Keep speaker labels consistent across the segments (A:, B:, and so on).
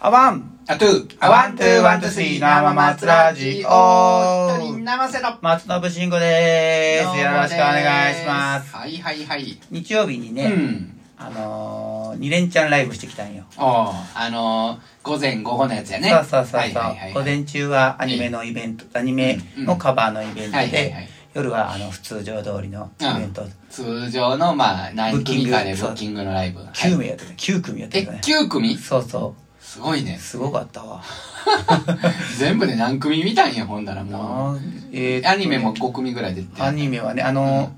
A: アワン
B: あとゥ
A: アワントゥーワントゥースリー生松ラジオ
B: 一人生瀬の
A: 松信慎吾です。よろしくお願いします。
B: はいはいはい
A: 日曜日にね、
B: うん
A: あのー、2連チャンライブしてきたんよ。
B: おーあのー、午前午後のやつやね
A: そうそうそうそう、
B: はいはいはい
A: 午前中はアニメのイベント、アニメのカバーのイベントで、
B: はいはいはい
A: 夜はあの普通常通りのイベント、
B: 通常のまあ何組かで
A: ブ
B: ブ
A: ッ
B: ッ
A: キ
B: キングのライブ
A: 9
B: はい
A: 名やってた、9組やっ
B: え
A: てたね。
B: 9組
A: そうそ。
B: すごい うね
A: すごかったわ。
B: 全部で何組見たんやほんだらも
A: なあえーっ
B: う
A: とね
B: アニメも5組ぐらい出て
A: アニメはね、あのー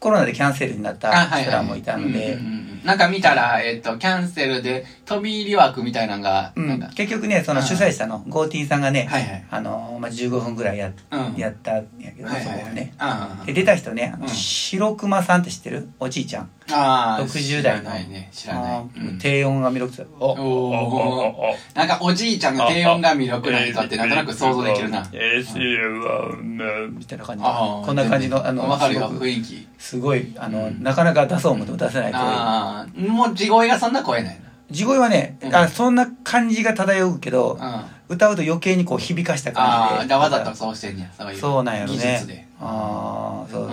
A: コロナでキャンセルになっ
B: あ
A: た
B: はい
A: 人
B: は
A: ら
B: い
A: もいたので、
B: うんうんうんなんか見たらえっとキャンセルで飛び入り枠みたいなのが
A: う
B: なん
A: ん
B: か、
A: 結局ねその主催者のゴーティーさんがね、
B: はいはい
A: あのーまあ、15分ぐらいや,、
B: うん
A: やったんやけど、
B: はい
A: そ
B: は
A: こ
B: い
A: をね
B: あ
A: で出た人ね、あの
B: うん
A: 白熊さんって知ってるおじいちゃん
B: ああ
A: 60代の
B: 知らないね知らない、
A: あ
B: う
A: ー
B: ん
A: 低音が魅力的おお
B: おなんかおじいちゃんの低音が魅力な人ってなんとなく想像できるな
A: みたいな感じ
B: あ
A: の
B: あ
A: こんな感じのあの
B: 分かる
A: す
B: よ
A: ごく
B: 雰囲気
A: すごいあの、
B: うん
A: なかなか出そう思っても出せないという
B: ああもう地声がそんな声ない
A: 地声はね、
B: うん
A: あそんな感じが漂うけど、
B: なうん
A: 歌うと余計にこう響かした感じ
B: あ
A: で
B: あわざとそうしてんねやそういう
A: そうなんやろね
B: 技術で
A: ああそう、
B: う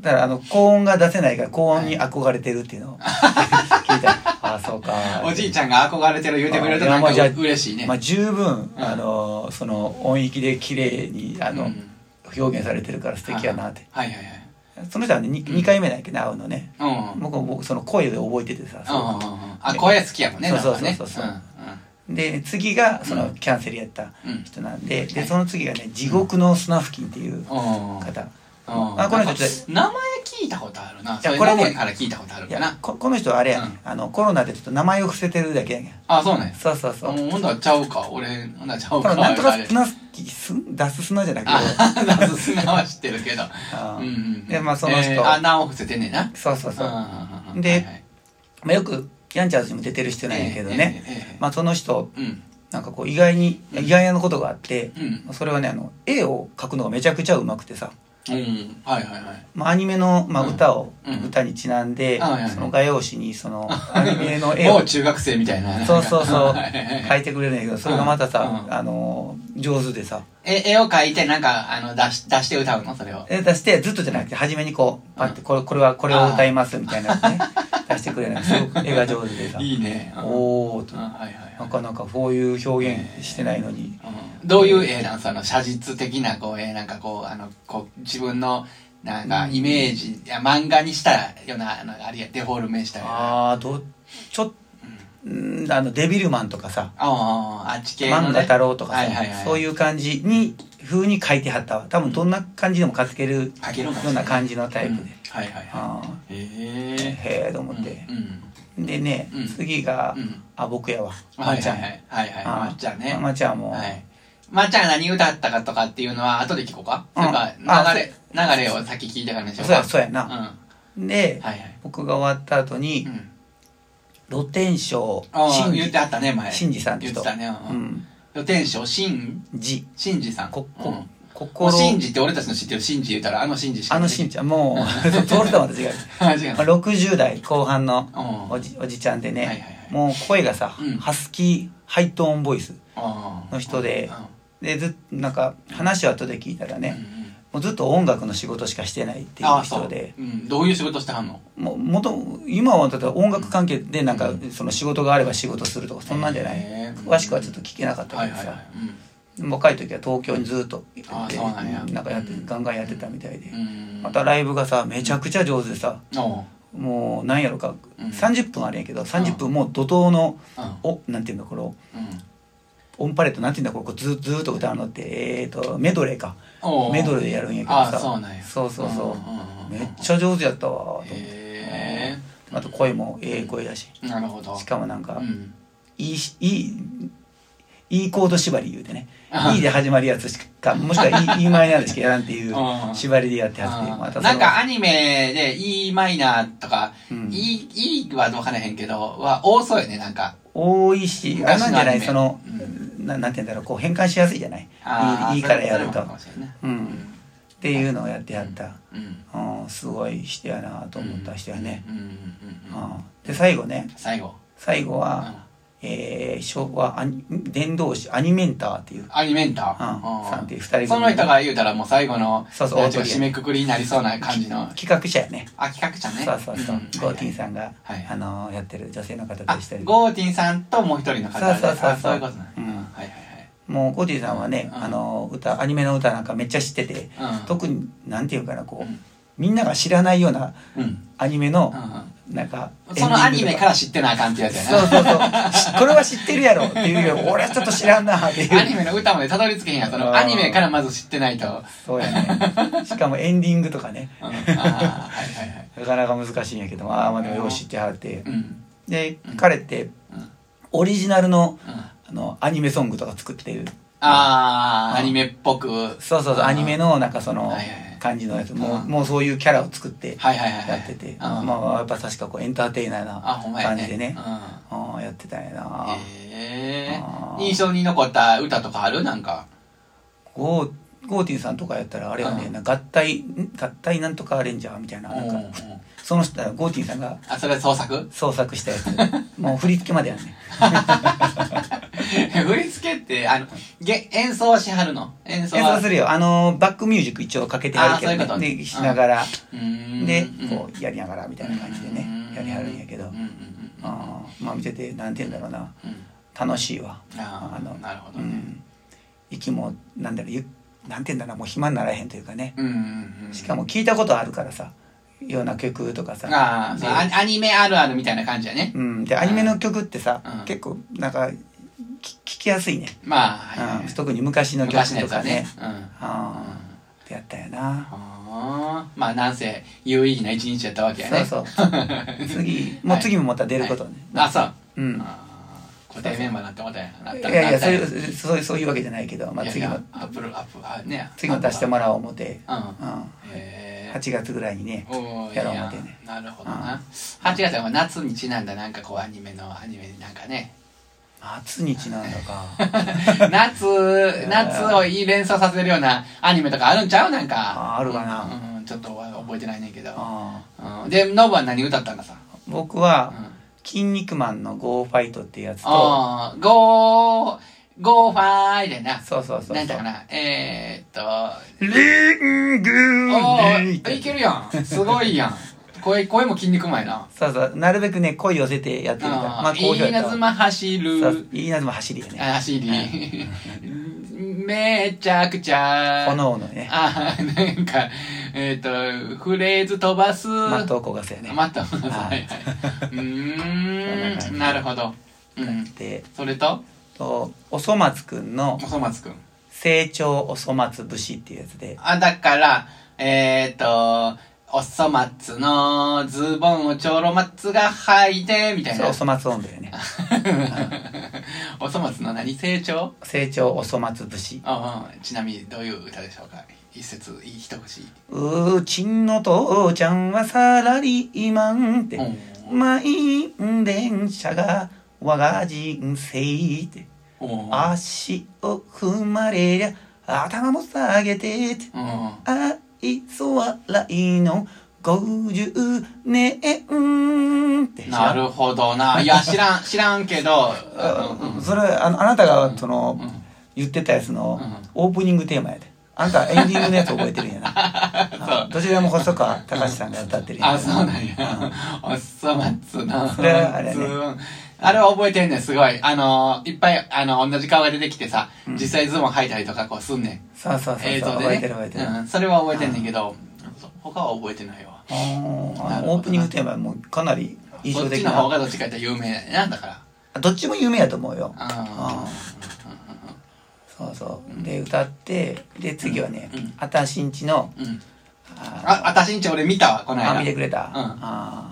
A: だからあの高音が出せないから高音に憧れてるっていうの を聞いた、 ああそうか
B: おじいちゃんが憧れてる言うてくれるとなん
A: あ
B: か
A: いやまあじゃあ
B: 嬉しいね
A: まあ、十分、
B: うん
A: あのその音域で綺麗にあの、
B: うん
A: 表現されてるから素敵やなって
B: はいはいはい
A: その人はね 2, 回目だっけど会うのね
B: うんうんうん
A: 僕も僕その声で覚えててさ、
B: うんうんあ声好きやもんね
A: そう
B: なん
A: そう
B: かね
A: そうそうそうん
B: ん
A: で次がその
B: うん
A: キャンセルやった
B: うん
A: 人なんで、
B: は
A: で
B: い
A: その次がね地獄の砂付近っていう
B: うんうん
A: 方、
B: うん
A: あこの人
B: なんか
A: ちょっ
B: 名前聞いたことあるなそれ
A: こ
B: こ
A: れ
B: れ
A: ね
B: から聞いたことある
A: い
B: か
A: や
B: な
A: ここの人はあれや、
B: うん
A: あのコロナでちょっと名前を伏せてるだけやん
B: あそうなんや
A: そうそうそう
B: あもうほんならちゃうか俺ほんならちゃ
A: こ
B: うか
A: のなんとか
B: あれ
A: 砂すきすん出す砂じゃなくて
B: あナス砂は知ってるけど
A: あー
B: うんうん
A: でまあその人
B: えーあ名を伏せてんねえな
A: そうそうそう、ま
B: うんうんうん
A: で
B: はいはい
A: あ、よくヤンチャーズにも出てる人なんやけどね、
B: えーえーえー
A: まあ、その人
B: うん
A: なんかこう意外に
B: うん
A: 意外なことがあって、
B: うん
A: それはねあの絵を描くのがめちゃくちゃうまくてさ、
B: うんはいはいはい
A: まあ、アニメの、まあ、
B: うん
A: 歌を、
B: うん
A: 歌にちなんで、
B: あはいはい
A: その画用紙にそ のアニメの絵
B: も
A: を
B: う中学生みたいな
A: そうそうそう
B: はいはいはい
A: 描いてくれるんやけどそれがまたさ、
B: うん
A: あの上手でさ
B: え絵を描いてなんかあの出し出して歌うのそれを
A: え出してずっとじゃなくて初めにこうパッてこれこれはこれを歌いますみたいなね出してくれるのすごく絵が上手でさ
B: いいねうん
A: おお
B: う
A: と
B: ん
A: な
B: はいはいはい
A: かなかこういう表現してないのに
B: うんどういう絵なんその写実的なこう絵なんかこうあのこう自分のなんかイメージ、いや漫画にしたようななんかあるいはデフォルメしたような
A: ああどちょっんあのデビルマンとかさ
B: あああっち系の、ね、
A: 漫画太郎とかさ、
B: はいはいはい、
A: そういう感じに風に書いてはったわ多分どんな感じでも書けるよ
B: 書けるもんね
A: うな感じのタイプで、
B: うんはいはいは
A: あ
B: いへ
A: ー
B: え
A: へえと思って、でね、
B: うん
A: 次が、
B: うん
A: あ僕やわ
B: は
A: まっ
B: いは
A: ち
B: い
A: ゃん、
B: はいはいはい
A: あー
B: まっちゃんね
A: まっちゃんも、
B: はいまっちゃんが何歌ったかとかっていうのは後で聞こうか、
A: うん
B: なんか流れ流れを先聞いたからにしよ
A: そううや
B: か
A: そうや
B: うん
A: な、
B: は
A: で
B: いはい、
A: 僕が終わった後に
B: うん、
A: 露天商
B: ああ
A: 新
B: 言って
A: 次
B: あったね前
A: 新次さんって
B: 言っ
A: 人
B: てたね
A: う
B: うん
A: ん
B: 露天商新
A: じ
B: シンジさん。
A: こ
B: う
A: こ
B: んもう
A: 心
B: シンジって俺たちの知ってるシンジ言うたら、あのシンジしか
A: あ
B: 出
A: の
B: てき
A: 新ちゃんもう 通るとはまた違う
B: あ、違う。
A: まあ60代後半の
B: うん。
A: おじおじちゃんで
B: はいはい
A: ね
B: はい
A: もう声がさ
B: うん
A: ハスキーハイトーンボイス
B: の
A: の人ででずっなんか話を後で聞いたらね
B: ね。
A: もうずっと音楽の仕事しかしてないってい
B: あ
A: う
B: あ、そ
A: 人
B: う。
A: で
B: うん。どういう仕事してはんの
A: もう元今はだって音楽関係でなんかその仕事があれば仕事するとかそんなんじゃない
B: へえ
A: 詳しくはちょっと聞けなかった
B: は
A: け
B: い
A: ど
B: はいはい
A: さ。若い時は東京にずっといて
B: あそうなんや
A: なんかやって
B: うん
A: ガンガンやってたみたいで
B: うんうん。
A: またライブがさめちゃくちゃ上手でさ
B: おう
A: もうなんやろか
B: うん
A: 30分あれやけど30分もう怒涛の
B: うん。
A: おなんていうんだこの
B: うん
A: オンパレットなんていうんだこれこうずずっと歌うのってえーとメドレーか
B: おう
A: メドレーでやるんやけど
B: ああ、
A: さ
B: そうなんや。
A: そうそうそ
B: んん
A: う
B: うん
A: めっちゃ上手やったわと
B: へ
A: あと声もええ声だし
B: え。なるほど。
A: しかもなんか
B: うん。
A: いいしいいいいコード縛り言うてね
B: あ
A: いいで始まるやつしかもしくは E マイナーでしかやらんっていう
B: うん
A: 縛りでやってはってまた
B: あー
A: その
B: なんかアニメで E マイナーとか、
A: うん
B: E, e は分からへんけど、は多そうよね、なんか。
A: 多いしあれ
B: 昔の
A: なんじゃな
B: ア
A: い
B: ニメ
A: その
B: う
A: ななんて言うんだろうこう変換しやすいじゃない
B: あー
A: いいいいからやる
B: そ
A: と
B: れ
A: っ
B: もあかもしれんね
A: うんていうのをやってはった
B: うんうん
A: うんすごい人やなと思った人やね
B: うんうんうんうん
A: うんで最後ね
B: 最後
A: 最後は
B: う
A: えー、昭和アニ伝道師アニメンターっていう、
B: アニメンタ
A: うん
B: ー。
A: さんっていう二人組
B: その人が言うたらもう最後の、
A: そうそう
B: なんていか
A: オードリー
B: 締めくくりになりそうな感じの。
A: 企画者やね。
B: あ、企画者ね。
A: そうそうそう。ゴーティンさんが、
B: はい
A: あのーやってる女性の方
B: あ
A: でした、り
B: ゴーティンさんともう一人の方で
A: そうそうそうそう
B: あそういうことな
A: うん
B: うんはいは
A: もうゴーティンさんはね、
B: うん
A: あのー歌アニメの歌なんかめっちゃ知ってて、
B: いはい。うん。
A: 特になんていうかなこう、
B: うん
A: みんなが知らないような
B: うん。
A: アニメの、
B: う
A: なんか
B: んそのアニメからら知ってなあかんってやつ
A: そう
B: や
A: そうそうしこれは知ってるやろっていう より俺はちょっと知らんなって いう
B: な。アニメの歌までたどり着けへんやんそのアニメからまず知ってないと。うん
A: そうやねしかもエンディングとかね
B: あーはいはいはい。
A: なかなか難しいんやけどああまあでもよう知ってはって
B: うん。
A: で
B: うん
A: 彼って
B: うんうん
A: オリジナルの
B: あ
A: あのアニメソングとか作ってる
B: あー、
A: うん
B: アニメっぽく。はい
A: そうそうそうアニメのなんかその
B: はいはい
A: 感じのやつも
B: う
A: うんもうそういうキャラを作って
B: はいはい。
A: やってて
B: うん
A: まあまあやっぱ確かこうエンターテイナー
B: あ、ほん
A: な
B: まや
A: 感
B: ね。
A: じでね
B: うん
A: ああやってたんやな
B: へ
A: あ
B: ー
A: ー
B: 印象に残った歌とかあるなんか。
A: ゴーゴーティンさんとかやったらあれはね
B: うん
A: なんか合体ん合体なんとかレンジャーみたいななん
B: うんうん
A: かその人はゴーティンさんが
B: あ、それ創作
A: 創作したやつもう振り付けまでやね
B: 振り付けって、あの、げ演奏しはるの演奏
A: 演
B: は
A: 奏するよあのバックミュージック一応かけてはるけ
B: あーそういうこ
A: ど
B: と
A: ね
B: ね
A: でしながら
B: うーん
A: で
B: うん
A: こうやりながらみたいな感じでね
B: うん
A: やりはるんやけど
B: うんうんうん
A: あーまあ見ててなんて言うんだろうな
B: うん
A: 楽しいわ
B: あ
A: あの
B: あ、なるほ
A: う
B: どね。
A: ん息もなんだろうゆなんて言うんだろうもう暇にならへんというかね
B: うんうんうん
A: しかも聞いたことあるからさような曲とかさ
B: ああ、
A: で
B: そうアニアニメあるあるみたいな感じやね。
A: うん、でアニメの曲ってさ、
B: うん
A: 結構なんかき聞きやすいね、
B: まあ、はいはい
A: うん、特に昔の曲
B: 昔のや
A: と
B: つは
A: か
B: ね
A: ね。
B: うんあ
A: ああってやったよな
B: あまあ、なんせ、有意義な一日やったわけやね。
A: そうそう 次もう次もまた出ることね、
B: あ、そう。
A: うん
B: あー固定メンバーになってもうたやんなっ
A: い
B: た
A: やい
B: な
A: や
B: っ
A: そうんいうそ
B: たや
A: ういうそういうわけじゃないけど、まあ、
B: いや
A: 次
B: いや
A: も
B: アップルアップあね
A: 次も出してもらおう思て、
B: らう
A: うんん、
B: へー
A: 8月ぐらいにね
B: おー
A: やろう
B: いい
A: 思
B: や
A: てね
B: なるほどな8月は夏にちなんだなんかこうアニメのアニメになんかね
A: 夏にちなんだか
B: 夏 夏をいい連想させるようなアニメとかあるんちゃうなんか
A: あーあるかな
B: うんうんちょっとは覚えてないねんけど
A: あ
B: うんでノブは何歌ったんださ
A: あ僕
B: う
A: は
B: ん
A: 「筋肉マン」の「ゴーファイト」っていうやつと
B: あーゴーゴーファイでな
A: そうそうそう
B: なん
A: そ
B: だか
A: う
B: なえーっと
A: 「リング
B: お
A: に」
B: ーいけるやんすごい やん声声も筋肉前な
A: そうそう、なるべくね、声寄せてやってるから。まあ、
B: い
A: 好評
B: い
A: や
B: な
A: ったわ
B: ずま走
A: そう
B: る
A: いいなずま走りやね。
B: あ走り めちゃくちゃ
A: 炎のね、
B: あなんかえーっ、とフレーズ飛ばす
A: マットを焦がすやね。
B: 待ったごめんな
A: は
B: さ
A: い
B: い はいうー
A: そんな感
B: ん
A: じ
B: なるほど、うん、
A: で、
B: それと
A: と、おそ松くんの
B: おそ松くん
A: 成長おそ松節っていうやつで、
B: あ、だから、えー、と、おそ松のズボンをちょろ松が履いて、みたい
A: そう
B: な
A: お。そ松音だよね。
B: おそ松の何成長
A: 成長おそ松節。
B: あうん、ちなみにどういう歌でしょうか一節、いい一節。
A: うーちんの父ちゃんはサラリーマンって
B: う、ん。
A: 満員電車が我が人生って、
B: うん。
A: 足を踏まれりゃ頭も下げてって、
B: うん。
A: 愛想笑いの50年って知ら
B: なんるほ どな。いや、知らん、知らんけど、
A: あ
B: うんうん
A: それあのあなたがその、
B: うん
A: 言ってたやつの
B: うん
A: オープニングテーマやであんたエンディングのやつ覚えてるんや なあどちらも細川隆さんが歌ってるんや
B: あ、そうなんや
A: うん。
B: おっそ松の。
A: それはあれね
B: ズボンあれは覚えてんねん、すごい。あのー、いっぱい、あの、同じ顔が出てきてさ、
A: うん
B: 実際ズボン履いたりとかこうすんねん。
A: そうそうそうそう、
B: 映像で
A: 覚え
B: ね。
A: てる覚えてる、
B: うん、それは覚えてんねんけど、そ他は覚えてないわ。
A: おーあ
B: なるほど
A: のオープニングテーマもかなり印
B: そ
A: 象
B: っち
A: 的
B: の
A: な
B: 方がどっちかって有名やねんな、だから。
A: あどっちも有名やと思うよ
B: あ
A: あそうそうで歌ってで次はね、
B: うん
A: あたしんちの
B: ーうん。
A: あ
B: あ、あたしんち俺見たわ、この
A: あ
B: 間。
A: 見てくれた、
B: ん
A: あ
B: うん
A: あ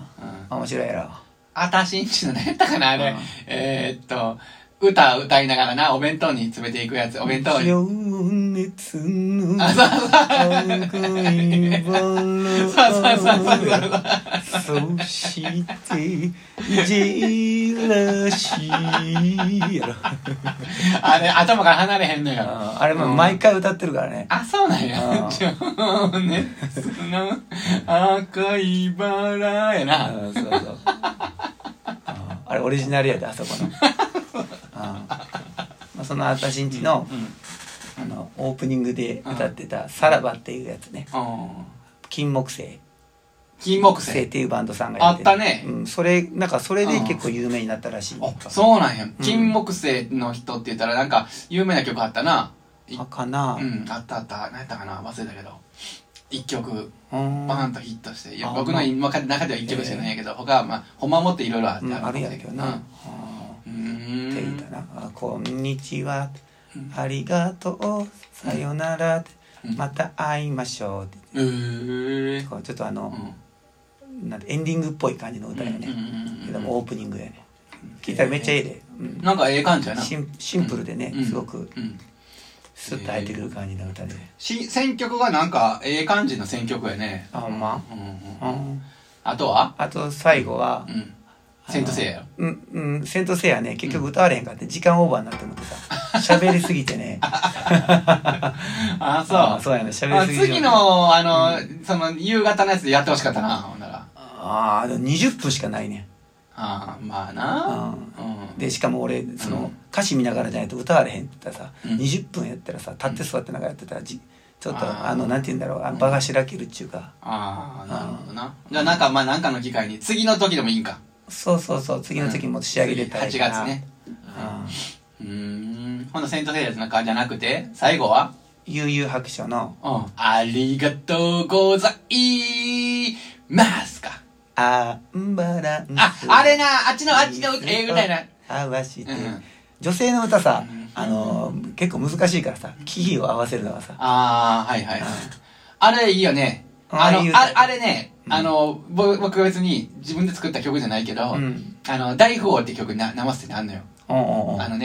A: 面白いやろ
B: あたしんちの何やったかな、あ
A: う
B: れ
A: ん。
B: えーっと、歌歌いながらな、お弁当に詰めていくやつ、お弁当に。
A: 情熱の
B: あ、そうそう。
A: 恋
B: そうそうそうそう。
A: バラそしてジェラシーやろ
B: あれ、頭から離れへんのよ。
A: ああれもう毎回歌ってるからね
B: あ、そうなん
A: う
B: や。
A: ん
B: 情熱の赤いバラや
A: あ
B: な。
A: そうそうああれオリジナルやであそこのその私んちの,、
B: うんうん
A: あのオープニングで歌ってた「さらば」っていうやつね
B: うん
A: 金木星
B: 金木
A: 星っ
B: 犀
A: ていうバンドさんがやってる
B: あったね
A: うん、それなんかそれで結構有名になったらしい
B: あそうなんや金木犀の人って言ったらなんか有名な曲あったないう
A: かな
B: うんあったあった何やったかな忘れたけど一曲
A: うん
B: バーンとヒットしていや
A: あ
B: 僕の今か中では一曲しかないんやけど他はまあほんまもっていろいろあっ
A: う
B: て
A: んある
B: ん
A: や
B: だ
A: けどな、うん
B: う
A: っ
B: ん
A: て言ったな「あこんにちは
B: うん
A: ありがとうさよなら」
B: うん
A: また会いましょう」って
B: うー
A: こうちょっとあ
B: う
A: の、
B: ん
A: なんてエンディングっぽい感じの歌よね、
B: うん
A: けどもオープニングやね聞いたらめっちゃええで、うん
B: なんかええ感じやな
A: シンシンプルでね、
B: うん
A: すごく
B: うん
A: スッと入ってくる感じの歌で、
B: し選曲がなんかええ感じの選曲やね
A: あほんま
B: うんうん
A: うん
B: あとは
A: あと最後は
B: う、んセントセイヤ
A: うんうん「セントセイヤね」結局歌われへんかって時間オーバーになって思ってさ喋りすぎてね
B: あ
A: あ
B: あ
A: そうやね
B: そう
A: 喋
B: あ
A: りすぎて
B: 次のあのその夕方のやつでやってほしかったなほんなら
A: ああでも20分しかないね
B: ああまあなうん
A: でしかも俺そうの
B: ん
A: 歌詞見ながらじゃないと歌われへんって言ったらさ、
B: うん
A: 20分やったらさ立って座ってなんかやってたらじちょっと
B: あー
A: あのなんて言うんだろうあ場がしらけるっちゅうか、
B: ああなるほどなじゃあなんかまあなんかの機会に次の時でもいいんか
A: そうそうそう次の時も仕上げてたらいい
B: 8
A: かな
B: 月ね
A: うん
B: うーんほんなセントセイヤなんかじゃなくて最後は
A: 悠々白書の
B: うんありがとうございますか
A: 「アンバランス」
B: あ、あれな、あっちの、あっちの、ええ歌やな。
A: 合わして、
B: うん
A: 女性の歌さ
B: うん、
A: あのー結構難しいからさキーを合わせるのはさ
B: ああ、はいはいはい。あれいいよね。あの
A: ああいう、歌
B: ああれね、
A: うん
B: あの、ぼ僕は別に自分で作った曲じゃないけど、
A: うん
B: あの、大富豪って曲にな、生捨ててあんのよ。
A: おんおんおん
B: あの